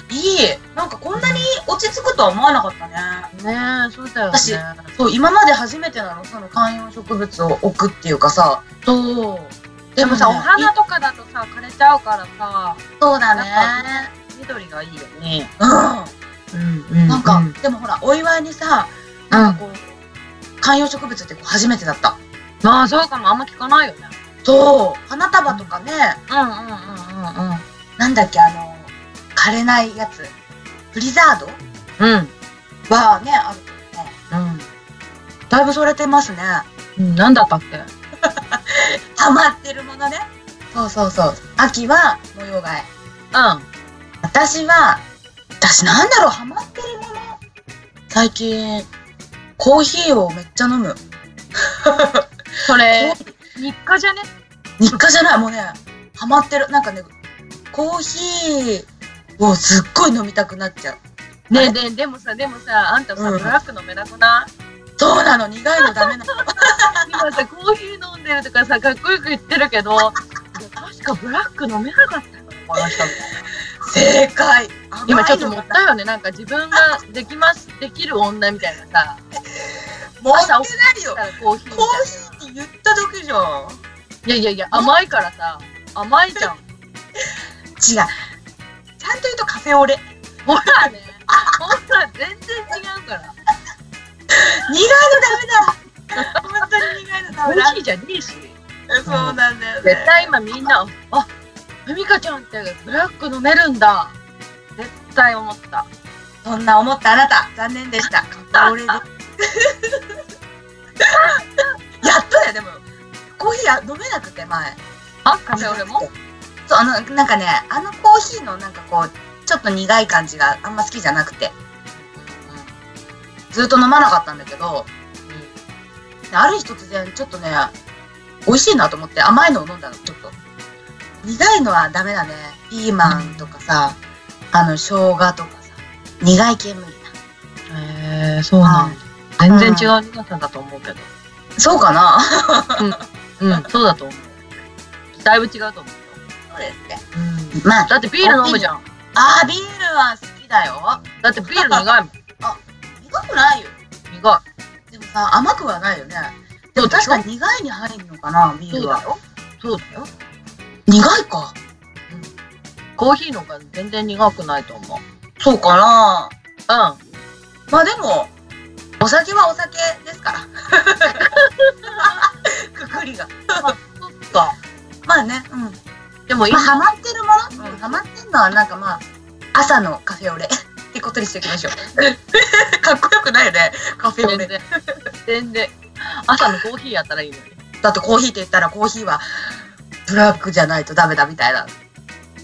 [SPEAKER 1] いいなんかこんなに落ち着くとは思わなかったね。
[SPEAKER 2] ねえそうだよね
[SPEAKER 1] 私そう、今まで初めてなの、その観葉植物を置くっていうかさ、
[SPEAKER 2] そう
[SPEAKER 1] で
[SPEAKER 2] で
[SPEAKER 1] も
[SPEAKER 2] も
[SPEAKER 1] さ、
[SPEAKER 2] さ、
[SPEAKER 1] お
[SPEAKER 2] お
[SPEAKER 1] 花
[SPEAKER 2] 花とかだとさ枯れちゃうからさ
[SPEAKER 1] そうだ
[SPEAKER 2] ね。緑がいいよね
[SPEAKER 1] う
[SPEAKER 2] うんうん
[SPEAKER 1] ん。なんか、
[SPEAKER 2] うん
[SPEAKER 1] でもほら、お祝いにさ、なんかこう、観葉植物ってこう初めてだった。
[SPEAKER 2] まあそうかもあんま聞かないよね
[SPEAKER 1] そう。花束とかね、
[SPEAKER 2] うんうんうん
[SPEAKER 1] なんだっけ、あの、枯れないやつ。ブリザード
[SPEAKER 2] うんうん
[SPEAKER 1] はね、あるけどね。
[SPEAKER 2] うん
[SPEAKER 1] だいぶそれてますね。
[SPEAKER 2] うんなんだったっけ
[SPEAKER 1] ハマってるものね。そうそうそう。秋は模様替え。
[SPEAKER 2] う
[SPEAKER 1] 私は私なんだろうハマってるもの最近コーヒーをめっちゃ飲む
[SPEAKER 2] んそれ日課じゃね
[SPEAKER 1] 日課じゃないもうねハマってるなんかねコーヒーをすっごい飲みたくなっちゃう
[SPEAKER 2] ね
[SPEAKER 1] ね
[SPEAKER 2] ででもさでもさあんたさ
[SPEAKER 1] うん
[SPEAKER 2] ブラック飲めなくない
[SPEAKER 1] そうなの苦いのダメなの
[SPEAKER 2] 今さコーヒー飲んでるとかさかっこよく言ってるけどいや確かブラック飲めなかったのこ
[SPEAKER 1] (laughs)
[SPEAKER 2] の人みたいな
[SPEAKER 1] 正解
[SPEAKER 2] 今ちょっとも
[SPEAKER 1] っ
[SPEAKER 2] ったいよねなんか自分ができますできる女みたいなさ
[SPEAKER 1] もって
[SPEAKER 2] 朝
[SPEAKER 1] な
[SPEAKER 2] 起
[SPEAKER 1] い
[SPEAKER 2] き
[SPEAKER 1] よ
[SPEAKER 2] コーヒーみ
[SPEAKER 1] コーヒーって言っただけじゃん
[SPEAKER 2] たいないやいやいや甘いからさ甘いじゃん
[SPEAKER 1] 違うちゃんと言うとカフェオレ
[SPEAKER 2] ほらねほら全然違うから
[SPEAKER 1] 苦いのダメだ本当に苦いのダ
[SPEAKER 2] コ
[SPEAKER 1] メだ
[SPEAKER 2] ーヒーじゃねえし
[SPEAKER 1] そうなんだよ、ね、
[SPEAKER 2] 絶対今みんなあふみかちゃんってブラック飲めるんだ絶対思った
[SPEAKER 1] そんな思ったあなた、残念でした。カフェ
[SPEAKER 2] (laughs)
[SPEAKER 1] オレで。やっとだよ、でも。コーヒーや飲めなくて、前。
[SPEAKER 2] あカフェオレも
[SPEAKER 1] そう、あの、なんかね、あのコーヒーのなんかこう、ちょっと苦い感じがあんま好きじゃなくて、ずっと飲まなかったんだけど、ある日突然、ちょっとね、美味しいなと思って甘いのを飲んだの、ちょっと。苦いのはダメだね。ピーマンとかさ、あの、生姜とかさ、苦い系無理な。
[SPEAKER 2] へえそうなんだ全然違う皆さんだと思うけど
[SPEAKER 1] そうかな
[SPEAKER 2] うん、そうだと思う。だいぶ違うと思うよ。
[SPEAKER 1] そうですね。
[SPEAKER 2] うん、
[SPEAKER 1] まあ、
[SPEAKER 2] だってビール飲むじゃん。
[SPEAKER 1] あービールは好きだよ。
[SPEAKER 2] だってビール苦いもん。
[SPEAKER 1] 苦くないよ。
[SPEAKER 2] 苦い。
[SPEAKER 1] でもさ、甘くはないよね。でも確かに苦いに入るのかな、ビールは。
[SPEAKER 2] よ。そうだよ。
[SPEAKER 1] 苦いか。
[SPEAKER 2] コーヒーの方が全然苦くないと思う。
[SPEAKER 1] そうかな。
[SPEAKER 2] う
[SPEAKER 1] まあでも、お酒はお酒ですから。 (laughs) くくりが。
[SPEAKER 2] ん。そっか。
[SPEAKER 1] まあね、うん。ま
[SPEAKER 2] でも
[SPEAKER 1] あ、
[SPEAKER 2] 今、
[SPEAKER 1] ハマってるもの、うん、ハマってるのはなんかまあ、朝のカフェオレ (laughs) ってことにしていきましょう。かっこよくないよね、カフェオ
[SPEAKER 2] 全
[SPEAKER 1] レ。
[SPEAKER 2] 然。全然。朝のコーヒーやったらいいのに。
[SPEAKER 1] だってコーヒーって言ったらコーヒーはブラックじゃないとダメだみたいな。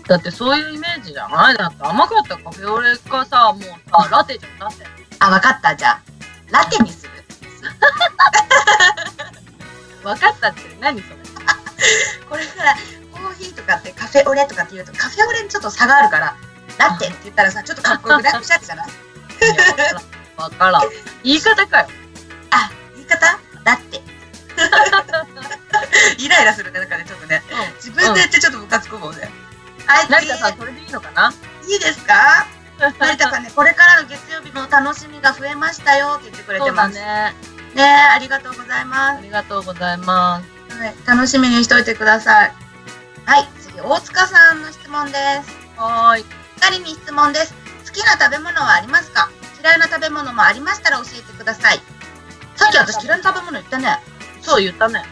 [SPEAKER 2] だってそういうイメージじゃないだって甘かったカフェオレかさ、もうさ、ラテじゃん、ラテ。
[SPEAKER 1] あ、わかった。じゃあ、ラテにする。
[SPEAKER 2] 分かったって何それ。
[SPEAKER 1] これからコーヒーとかってカフェオレとかって言うとカフェオレにちょっと差があるから、ラテって言ったらさ、ちょっとかっこよくないおしゃれじゃない
[SPEAKER 2] いや分からん。分からん。言い方かよ。
[SPEAKER 1] あ、言い方ラテ。 (laughs) イライラするね、なんかね、ちょっとね。
[SPEAKER 2] うん。
[SPEAKER 1] 自分で言ってちょっとムカつくもんね。はい、
[SPEAKER 2] 成田さん、これでいいのかな
[SPEAKER 1] いいです
[SPEAKER 2] (laughs)
[SPEAKER 1] か成田さんね、これからの月曜日の楽しみが増えましたよって言ってくれ
[SPEAKER 2] そ
[SPEAKER 1] て
[SPEAKER 2] うだ
[SPEAKER 1] ます。ね
[SPEAKER 2] ね。
[SPEAKER 1] えありがとうございます
[SPEAKER 2] あ。りがとうございます。
[SPEAKER 1] はい、楽しみにしといてください。はい、次大塚さんの質問です。
[SPEAKER 2] はーい。
[SPEAKER 1] 二人に質問です。好きな食べ物はありますか？嫌いな食べ物もありましたら教えてください。さっき私嫌いな食べ物言ったね。
[SPEAKER 2] そう言ったね。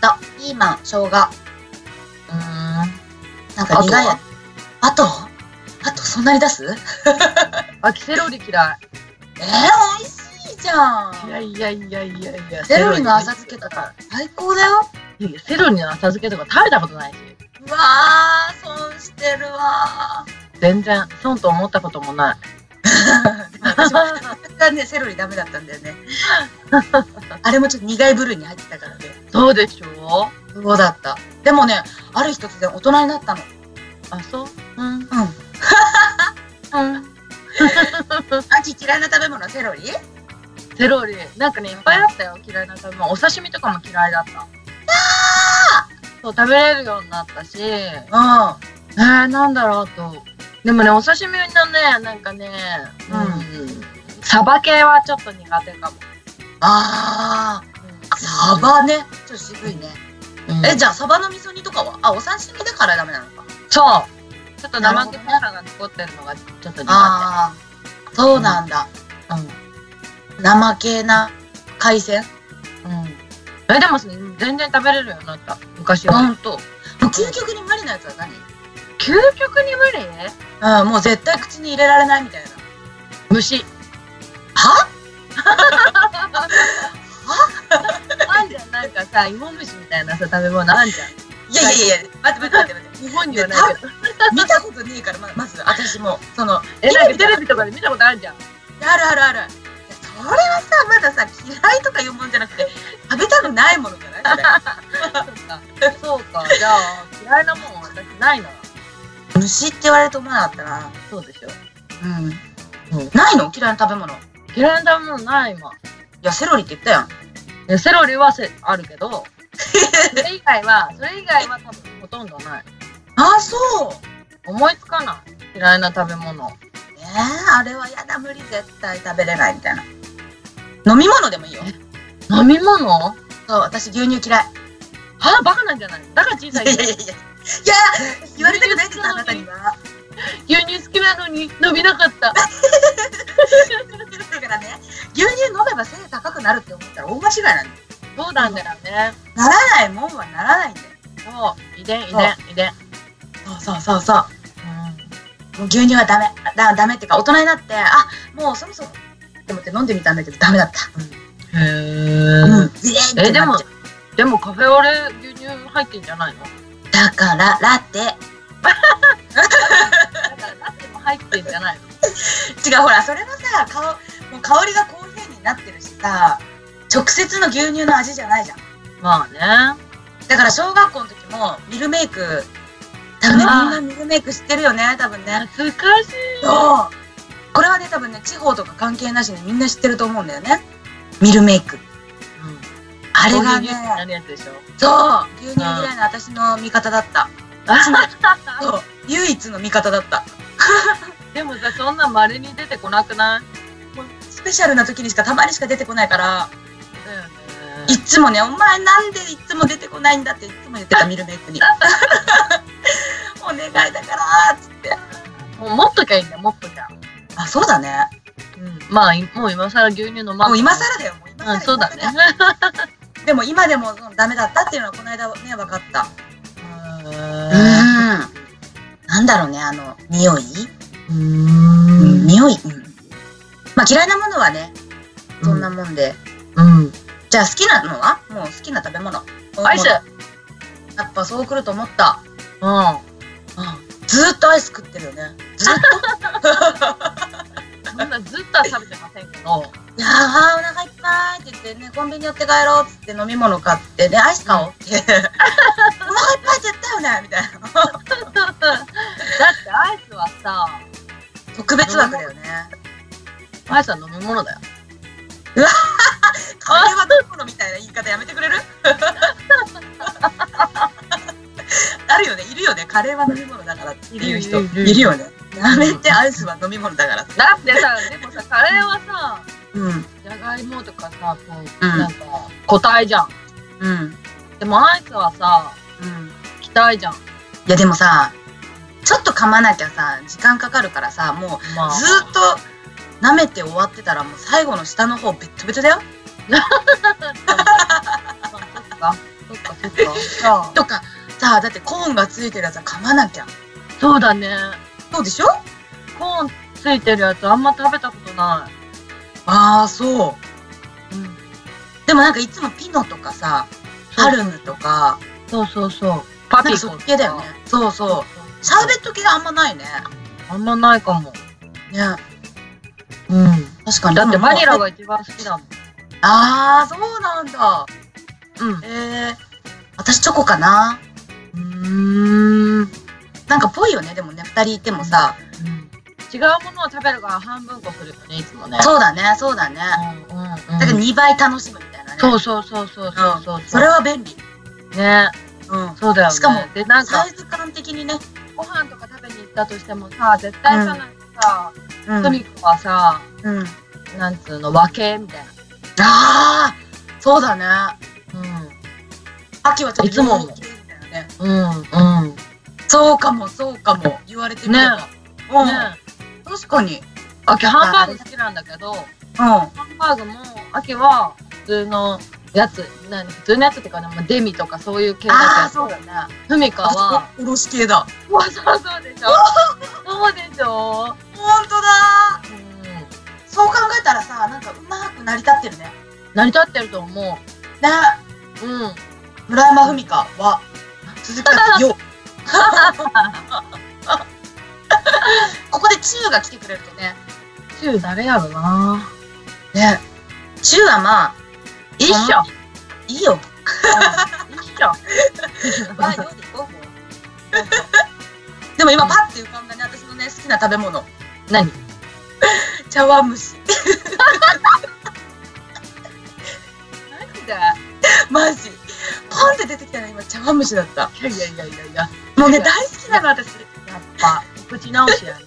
[SPEAKER 1] 言った。ピーマン、生姜、
[SPEAKER 2] うーん。
[SPEAKER 1] なんか苦いやつ。あと、あとそんなに出す？え
[SPEAKER 2] 秋セロリ嫌
[SPEAKER 1] ー、美味しいじゃ
[SPEAKER 2] い。い
[SPEAKER 1] ん。
[SPEAKER 2] やいやいやいやいや。
[SPEAKER 1] セロリの浅漬けとか最高だよ。
[SPEAKER 2] いやいやセロリの浅漬けとか食べたことないし。
[SPEAKER 1] うわあ、損してるわ
[SPEAKER 2] 全然、損と思ったこともない。
[SPEAKER 1] 私も若干ねセロリダメだったんだよ (laughs) ねあれもちょっと苦い部類に入ってたからね
[SPEAKER 2] そうでしょ
[SPEAKER 1] そうだったでもねある日突然大人になったの
[SPEAKER 2] あ、そううん。うん。
[SPEAKER 1] うん秋嫌いな食べ物はセロリ
[SPEAKER 2] セロリ、なんかね、いっぱいあったよ、嫌いな食べ物。お刺身とかも嫌いだった。そう、食べれるようになったし、え
[SPEAKER 1] う
[SPEAKER 2] ー、なんだろうと。でもね、お刺身のね、なんかね、うん、サバ系はちょっと苦手かも。
[SPEAKER 1] んあーサバねちょっと渋いね、
[SPEAKER 2] うん、
[SPEAKER 1] え
[SPEAKER 2] え、
[SPEAKER 1] じゃあサバの味噌煮とかはあお刺身だからダメなのか
[SPEAKER 2] そう。ちょっと
[SPEAKER 1] なる
[SPEAKER 2] 生
[SPEAKER 1] ほどね
[SPEAKER 2] 臭さが残ってるのがちょっと苦
[SPEAKER 1] ああそうなんだ、
[SPEAKER 2] 手。うん。
[SPEAKER 1] 生系な海鮮
[SPEAKER 2] うん。え、でも全然食べれるようになった。昔は。
[SPEAKER 1] ほんともう究極に無理なやつは
[SPEAKER 2] 究極に無理
[SPEAKER 1] 何うんもう絶対口に入れられないみたいな
[SPEAKER 2] 虫。
[SPEAKER 1] は
[SPEAKER 2] あんじゃん、なんかさ、芋虫みたいなさ、食べ物あんじゃん。
[SPEAKER 1] いやいやいや待って待って待って待って
[SPEAKER 2] 日本にはないけど。
[SPEAKER 1] 見たことねえからま (laughs) まず私もその
[SPEAKER 2] え、なんか
[SPEAKER 1] テ
[SPEAKER 2] テ
[SPEAKER 1] レ
[SPEAKER 2] レビとかで見たことあるじゃん。
[SPEAKER 1] あるあるあるいやそれはさまださ嫌いとかいうもんじゃなくて食べたくないものじゃない (laughs) それ
[SPEAKER 2] そうか、じゃあ、嫌いなもん私ないな。
[SPEAKER 1] 虫って言われると思わなかったな
[SPEAKER 2] そうでしょ。
[SPEAKER 1] うん、
[SPEAKER 2] うん
[SPEAKER 1] ないの嫌いな食べ物い
[SPEAKER 2] 嫌いなものない今。
[SPEAKER 1] やセロリって言ったやん
[SPEAKER 2] でセロリはせあるけ (laughs) ど、それ以外は、それ以外は多分ほとんどない。
[SPEAKER 1] あそう
[SPEAKER 2] 思いつかない。嫌いな食べ物。
[SPEAKER 1] えー、あれはやだ無理絶対食べれないみたいな飲み物でもいいよ
[SPEAKER 2] 飲み物は
[SPEAKER 1] そう私牛乳嫌い
[SPEAKER 2] あ、バカなんじゃないだから小
[SPEAKER 1] いや
[SPEAKER 2] さ
[SPEAKER 1] い
[SPEAKER 2] い
[SPEAKER 1] やい
[SPEAKER 2] よ
[SPEAKER 1] や
[SPEAKER 2] (laughs)
[SPEAKER 1] いや言われたくないですあなたには
[SPEAKER 2] 牛乳好きなのに飲みなかった。
[SPEAKER 1] だからね牛乳飲めば背高くなるって思ったら大間違いなんだよ
[SPEAKER 2] そうなんだよね。
[SPEAKER 1] ならないもんはならないんだよ
[SPEAKER 2] そう、遺伝、遺
[SPEAKER 1] そう
[SPEAKER 2] 伝、遺伝。
[SPEAKER 1] そうそうそうそうもう牛乳はダメだダメっていうか大人になってあもうそもそもって思って飲んでみたんだけどダメだった
[SPEAKER 2] へ
[SPEAKER 1] う
[SPEAKER 2] え
[SPEAKER 1] ん。ジーンって
[SPEAKER 2] え、で
[SPEAKER 1] な
[SPEAKER 2] も
[SPEAKER 1] っちゃう、
[SPEAKER 2] でもカフェオレ牛乳入ってんじゃ (laughs) ないの
[SPEAKER 1] だからラテ
[SPEAKER 2] だからラテも入ってんじゃないの
[SPEAKER 1] 違うほらそれはさ香もう香りがコーヒーになってるしさ直接の牛乳の味じゃないじゃん
[SPEAKER 2] まあね。
[SPEAKER 1] だから小学校の時もミルメイク多分ねみん
[SPEAKER 2] あー
[SPEAKER 1] なミルメイク知ってるよね多分ね
[SPEAKER 2] 懐かしい。
[SPEAKER 1] そうこれはね多分ね地方とか関係なしにみんな知ってると思うんだよねミルメイクあ
[SPEAKER 2] あ
[SPEAKER 1] れがね
[SPEAKER 2] 牛乳ってなるやつでしょ。
[SPEAKER 1] そう牛乳嫌いの私の味方だったそう唯一の味方だった
[SPEAKER 2] でもさ、そんな稀に出てこなくない
[SPEAKER 1] もうスペシャルな時にしかたまにしか出てこないから
[SPEAKER 2] だよね。
[SPEAKER 1] いっつもね「お前なんでいっつも出てこないんだ」っていっつも言ってたミルメイク
[SPEAKER 2] (laughs)
[SPEAKER 1] に「お願いだから」っつって
[SPEAKER 2] もう持っときゃいいんだよ、持っときゃ。
[SPEAKER 1] あそうだね
[SPEAKER 2] うん。まあ、いもう今更牛乳飲まん
[SPEAKER 1] もう今更だよもう今更
[SPEAKER 2] うん、そうだね。
[SPEAKER 1] でも今でもそのダメだったっていうのはこの間ね分かった
[SPEAKER 2] うん
[SPEAKER 1] なんだろうねあの匂いう
[SPEAKER 2] う
[SPEAKER 1] んん、匂い、うんまあ嫌いなものはねそんなもんで、
[SPEAKER 2] うん
[SPEAKER 1] じゃあ好きなのはもう好きな食べ物
[SPEAKER 2] アイス
[SPEAKER 1] やっぱそうくると思った
[SPEAKER 2] うん
[SPEAKER 1] ずーっとアイス食ってるよねずーっと
[SPEAKER 2] そんなずっとは食べてませんけど
[SPEAKER 1] いやーお腹いっぱいって言ってねコンビニ寄って帰ろうっつって飲み物買ってでアイス買おうってお腹いっぱい絶対よねみたいな
[SPEAKER 2] だってアイスはさ
[SPEAKER 1] 特別枠だよね
[SPEAKER 2] アイスは飲み物だよ
[SPEAKER 1] これはどこのみたいな言い方やめてくれるあるよねいるよねカレーは飲み物だからっていう人
[SPEAKER 2] い
[SPEAKER 1] い
[SPEAKER 2] るいる
[SPEAKER 1] るよねやめてアイスは飲み物だからって
[SPEAKER 2] だってさでもさカレーはさ
[SPEAKER 1] うん
[SPEAKER 2] じゃがいもとかさこう、
[SPEAKER 1] ん
[SPEAKER 2] なんか固体じゃん
[SPEAKER 1] うんうん
[SPEAKER 2] でもアイスはさ気体じゃん
[SPEAKER 1] いやでもさちょっと噛まなきゃさ時間かかるからさもう
[SPEAKER 2] まあ
[SPEAKER 1] ずーっと舐めて終わってたらもう最後の下の方ベットベトだよ
[SPEAKER 2] まあそっかそっかそっか
[SPEAKER 1] とかさだってコーンがついてるやつは噛まなきゃ
[SPEAKER 2] そうだね
[SPEAKER 1] そうでしょ
[SPEAKER 2] コーンついてるやつあんま食べたことな
[SPEAKER 1] ああそう
[SPEAKER 2] い、うん、
[SPEAKER 1] でもなんかいつもピノとかさ
[SPEAKER 2] そ
[SPEAKER 1] パ
[SPEAKER 2] う
[SPEAKER 1] ルムとか
[SPEAKER 2] そうそうそうパ
[SPEAKER 1] なん
[SPEAKER 2] ピ
[SPEAKER 1] か
[SPEAKER 2] コ
[SPEAKER 1] そっち系だよねそうそうシャーベット系があんまないね
[SPEAKER 2] あんまないかも
[SPEAKER 1] ね
[SPEAKER 2] うん
[SPEAKER 1] 確かに
[SPEAKER 2] だってバニラ
[SPEAKER 1] が
[SPEAKER 2] が一番好きだもん
[SPEAKER 1] ああそうなんだ
[SPEAKER 2] うん
[SPEAKER 1] ええ私チョコかな
[SPEAKER 2] うーん、
[SPEAKER 1] なんかぽいよねでもね2人いてもさ、
[SPEAKER 2] 違うものを食べるから半分こするよねいつもね
[SPEAKER 1] そうだねそうだね、
[SPEAKER 2] うんうんうん
[SPEAKER 1] だから2倍楽しむみたいなね
[SPEAKER 2] そうそうそうそうそうそう
[SPEAKER 1] それは便利
[SPEAKER 2] ね
[SPEAKER 1] うん
[SPEAKER 2] そうだよね
[SPEAKER 1] しかも
[SPEAKER 2] でなん
[SPEAKER 1] サ
[SPEAKER 2] か
[SPEAKER 1] イズ感的にね、
[SPEAKER 2] ご飯とか食べに行ったとしてもさ絶対さ、
[SPEAKER 1] うん
[SPEAKER 2] なんかさ
[SPEAKER 1] うん
[SPEAKER 2] トミックはさ
[SPEAKER 1] うん、
[SPEAKER 2] なんつうの分けみたい
[SPEAKER 1] ああそうだね
[SPEAKER 2] な
[SPEAKER 1] 秋はちょっと
[SPEAKER 2] いつも
[SPEAKER 1] 洋系みたいなね
[SPEAKER 2] うんうんうんね
[SPEAKER 1] そうかもそうかも言われてみれば、
[SPEAKER 2] ね
[SPEAKER 1] うん、確かに
[SPEAKER 2] 秋ハンバーグ好きなんだけど
[SPEAKER 1] うん
[SPEAKER 2] ハンバーグも秋は普通のやつ何普通のやつっていうかねまあデミとかそういう系
[SPEAKER 1] あ
[SPEAKER 2] だ
[SPEAKER 1] あ
[SPEAKER 2] けど
[SPEAKER 1] そうだね
[SPEAKER 2] ふみかは
[SPEAKER 1] あおおろし系だ
[SPEAKER 2] そうそうそうでしょそうでしょ
[SPEAKER 1] 本当だ
[SPEAKER 2] うん
[SPEAKER 1] そう考えたらさなんかうまく成り立ってるね
[SPEAKER 2] 成り立ってると思
[SPEAKER 1] ね
[SPEAKER 2] ううん
[SPEAKER 1] 村山文香は鈴木達 (laughs) よここで中が来てくれるとね
[SPEAKER 2] 中誰やろな
[SPEAKER 1] ね中はまあ
[SPEAKER 2] 一緒
[SPEAKER 1] いいよ
[SPEAKER 2] 一 (laughs) 緒
[SPEAKER 1] まあよで行こうもうでも今パッて浮かんだね私のね好きな食べ物
[SPEAKER 2] 何
[SPEAKER 1] 茶碗蒸し
[SPEAKER 2] 何で
[SPEAKER 1] マジポンって出てきたら今茶碗蒸しだった
[SPEAKER 2] いやいやいやいやいや
[SPEAKER 1] もうね大好きなの私
[SPEAKER 2] やっぱ口直しやね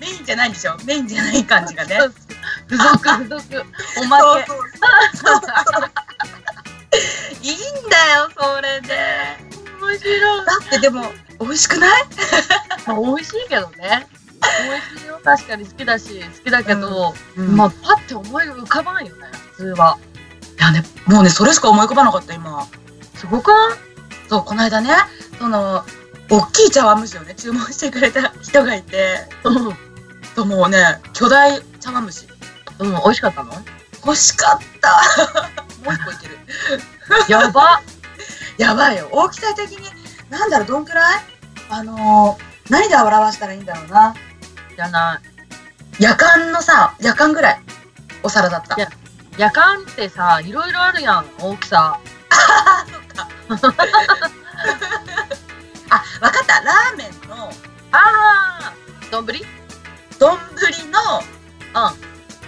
[SPEAKER 1] メインじゃないんでしょメインじゃない感じがね
[SPEAKER 2] そうそう付属付属おま
[SPEAKER 1] そう
[SPEAKER 2] け
[SPEAKER 1] そう (laughs) いいんだよそれで
[SPEAKER 2] 面白い
[SPEAKER 1] だってでも美味しくない
[SPEAKER 2] 美味しいけどね美味しいよ確かに好きだし好きだけど、ま
[SPEAKER 1] ま
[SPEAKER 2] あパッて思い浮かばんよね普通はい
[SPEAKER 1] やねもうねそれしか思い浮かばなかった今
[SPEAKER 2] すごくない
[SPEAKER 1] そうこの間ねその大きい茶碗蒸しをね注文してくれた人がいて
[SPEAKER 2] うん、うん、
[SPEAKER 1] ともうね巨大茶碗蒸し
[SPEAKER 2] 美味しかったの
[SPEAKER 1] 欲しかった (laughs) もう一個いける
[SPEAKER 2] やば
[SPEAKER 1] やばいよ大きさ的になんだろうどんくらいあのー、何で表したらいいんだろうな
[SPEAKER 2] じゃな
[SPEAKER 1] 夜間のさ夜間ぐらいお皿だった
[SPEAKER 2] いやいやかんってさいろいろあるやん大きさ
[SPEAKER 1] あそっかあわかったラーメンの
[SPEAKER 2] あー丼ぶり
[SPEAKER 1] 丼の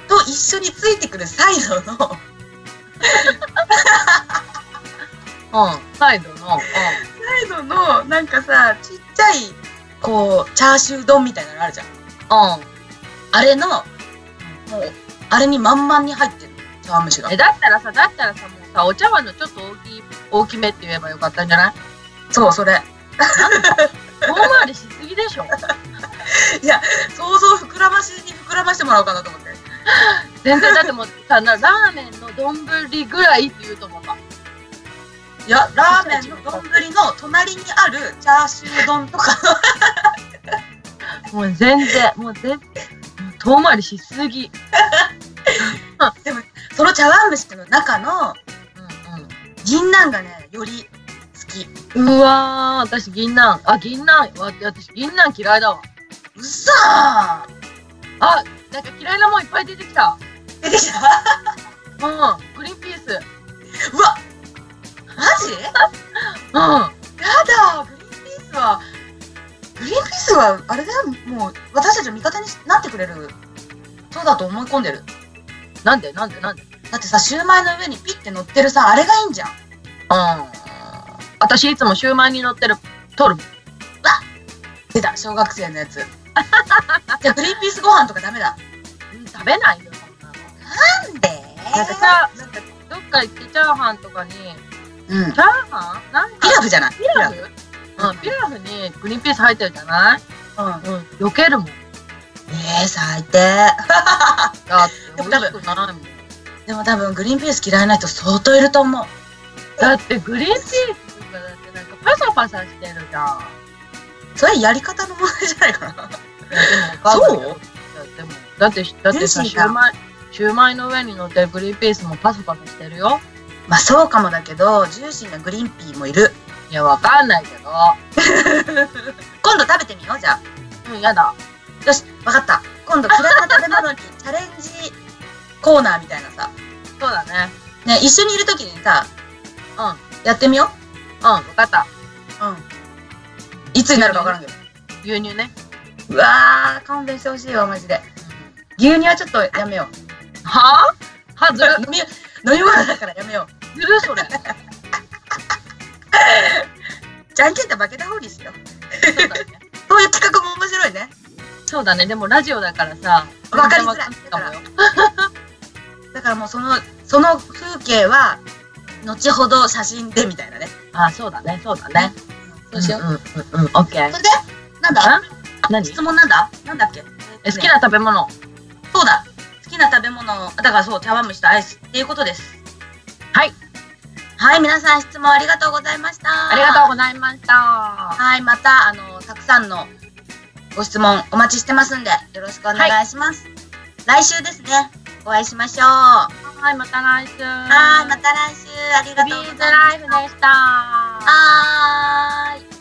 [SPEAKER 1] と一緒についてくるサイドの
[SPEAKER 2] うんサイドの
[SPEAKER 1] サイドのなんかさちっちゃいこうチャーシュー丼みたいなのあるじゃん
[SPEAKER 2] うんうん
[SPEAKER 1] あれのもうあれに満々に入ってる茶碗蒸しが
[SPEAKER 2] えだったらさだったらさもうさお茶碗のちょっと大きい大きめって言えばよかったんじゃない
[SPEAKER 1] そうそれ
[SPEAKER 2] 遠回りしすぎでしょ
[SPEAKER 1] 想像膨らましに膨らましてもらおうかなと思って
[SPEAKER 2] 全然だってもうさなラーメンの丼ぐらいって言うと思った
[SPEAKER 1] いやラーメンの丼の隣にあるチャーシュー丼とか
[SPEAKER 2] もう全然、もう全然、遠回りしすぎ。
[SPEAKER 1] (laughs) その茶碗蒸しの中の銀杏がねより好き
[SPEAKER 2] うんうん、うわー、私銀杏。あ、銀杏。わ私銀杏嫌いだわ。
[SPEAKER 1] うっそー
[SPEAKER 2] あ、なんか嫌いなもんいっぱい出てきた。
[SPEAKER 1] 出てきたう
[SPEAKER 2] うん、グリーンピース。
[SPEAKER 1] わマジや
[SPEAKER 2] うん。あ
[SPEAKER 1] だグリーンピースはグリーンピースはあれだよもう私たちの味方になってくれるそうだと思い込んでる
[SPEAKER 2] なんでなんでなんでうん。
[SPEAKER 1] だってさシューマイの上にピッて乗ってるさあれがいいんじゃん
[SPEAKER 2] 私いつもシューマイに乗ってる、トルボ。
[SPEAKER 1] 出た小学生のやつじゃあグリーンピースご飯とかダメだ
[SPEAKER 2] うん食べないよ、そんなの。
[SPEAKER 1] なんで
[SPEAKER 2] なんかさ、なんかどっか行ってチャーハンとかに、チ
[SPEAKER 1] うん
[SPEAKER 2] ャーハンなん
[SPEAKER 1] ピ
[SPEAKER 2] か
[SPEAKER 1] ラフじゃない
[SPEAKER 2] ピラフうん、ピラフにグリーンピース入ってるじゃない
[SPEAKER 1] うん
[SPEAKER 2] うん、避けるもん。
[SPEAKER 1] えー、最低
[SPEAKER 2] だって、美味しくないもん。
[SPEAKER 1] でも多分グリーンピース嫌いな人相当いると思う
[SPEAKER 2] だって、グリーンピースとかだってなんかパサパサしてるじゃん。
[SPEAKER 1] それやり方の問題じゃないかな (laughs)
[SPEAKER 2] いやでもわかんない
[SPEAKER 1] そう
[SPEAKER 2] よいやでもだってしだって
[SPEAKER 1] ジ
[SPEAKER 2] さ
[SPEAKER 1] ェ
[SPEAKER 2] シ
[SPEAKER 1] シ
[SPEAKER 2] ュ
[SPEAKER 1] ー
[SPEAKER 2] ー
[SPEAKER 1] が
[SPEAKER 2] マイシューマイの上に乗ってるグリーンピースもパサパサしてるよ
[SPEAKER 1] まあそうかもだけどジューシーなグリーンピーもいる
[SPEAKER 2] いやわかんないけど
[SPEAKER 1] 今度食べてみようじゃ
[SPEAKER 2] うんやだ
[SPEAKER 1] あよしわかった今度嫌いな食べ物に (laughs) チャレンジコーナーみたいなさ
[SPEAKER 2] そうだね
[SPEAKER 1] ね一緒にいる時にさ
[SPEAKER 2] う
[SPEAKER 1] やってみよ
[SPEAKER 2] うんわかった
[SPEAKER 1] ううんいつになるかわからんけど
[SPEAKER 2] 牛乳ね、
[SPEAKER 1] うわー勘弁してほしいわマジで牛乳はちょっとやめよう
[SPEAKER 2] はあはずる
[SPEAKER 1] 飲み飲み物だからやめよう
[SPEAKER 2] ず
[SPEAKER 1] (laughs)
[SPEAKER 2] るそれ
[SPEAKER 1] じゃんけんって負けた方にしよう
[SPEAKER 2] そうだね
[SPEAKER 1] そういう企画も面白いね
[SPEAKER 2] そうだねでもラジオだからさ
[SPEAKER 1] わかりづらい
[SPEAKER 2] 全然わかんないかもよ
[SPEAKER 1] だからもうそのその風景は後ほど写真でみたいなね
[SPEAKER 2] あそうだねそうだね
[SPEAKER 1] そうしよう、
[SPEAKER 2] うんうんうんオッケー
[SPEAKER 1] それでなんだ
[SPEAKER 2] 何
[SPEAKER 1] 質問なんだなんだっけ
[SPEAKER 2] え好き
[SPEAKER 1] ね
[SPEAKER 2] な食べ物
[SPEAKER 1] そうだ好きな食べ物だからそう茶碗蒸しとアイスっていうことです
[SPEAKER 2] はい
[SPEAKER 1] はい皆さん質問ありがとうございました
[SPEAKER 2] ありがとうございました
[SPEAKER 1] はいまたあのたくさんのご質問お待ちしてますんでよろしくお願いします、来週ですねお会いしましょうは
[SPEAKER 2] はいまた来週
[SPEAKER 1] いまた来週ありが
[SPEAKER 2] ビ
[SPEAKER 1] とうご
[SPEAKER 2] ーズ
[SPEAKER 1] ざいま
[SPEAKER 2] ライ
[SPEAKER 1] し
[SPEAKER 2] フ
[SPEAKER 1] た
[SPEAKER 2] でした。
[SPEAKER 1] はーい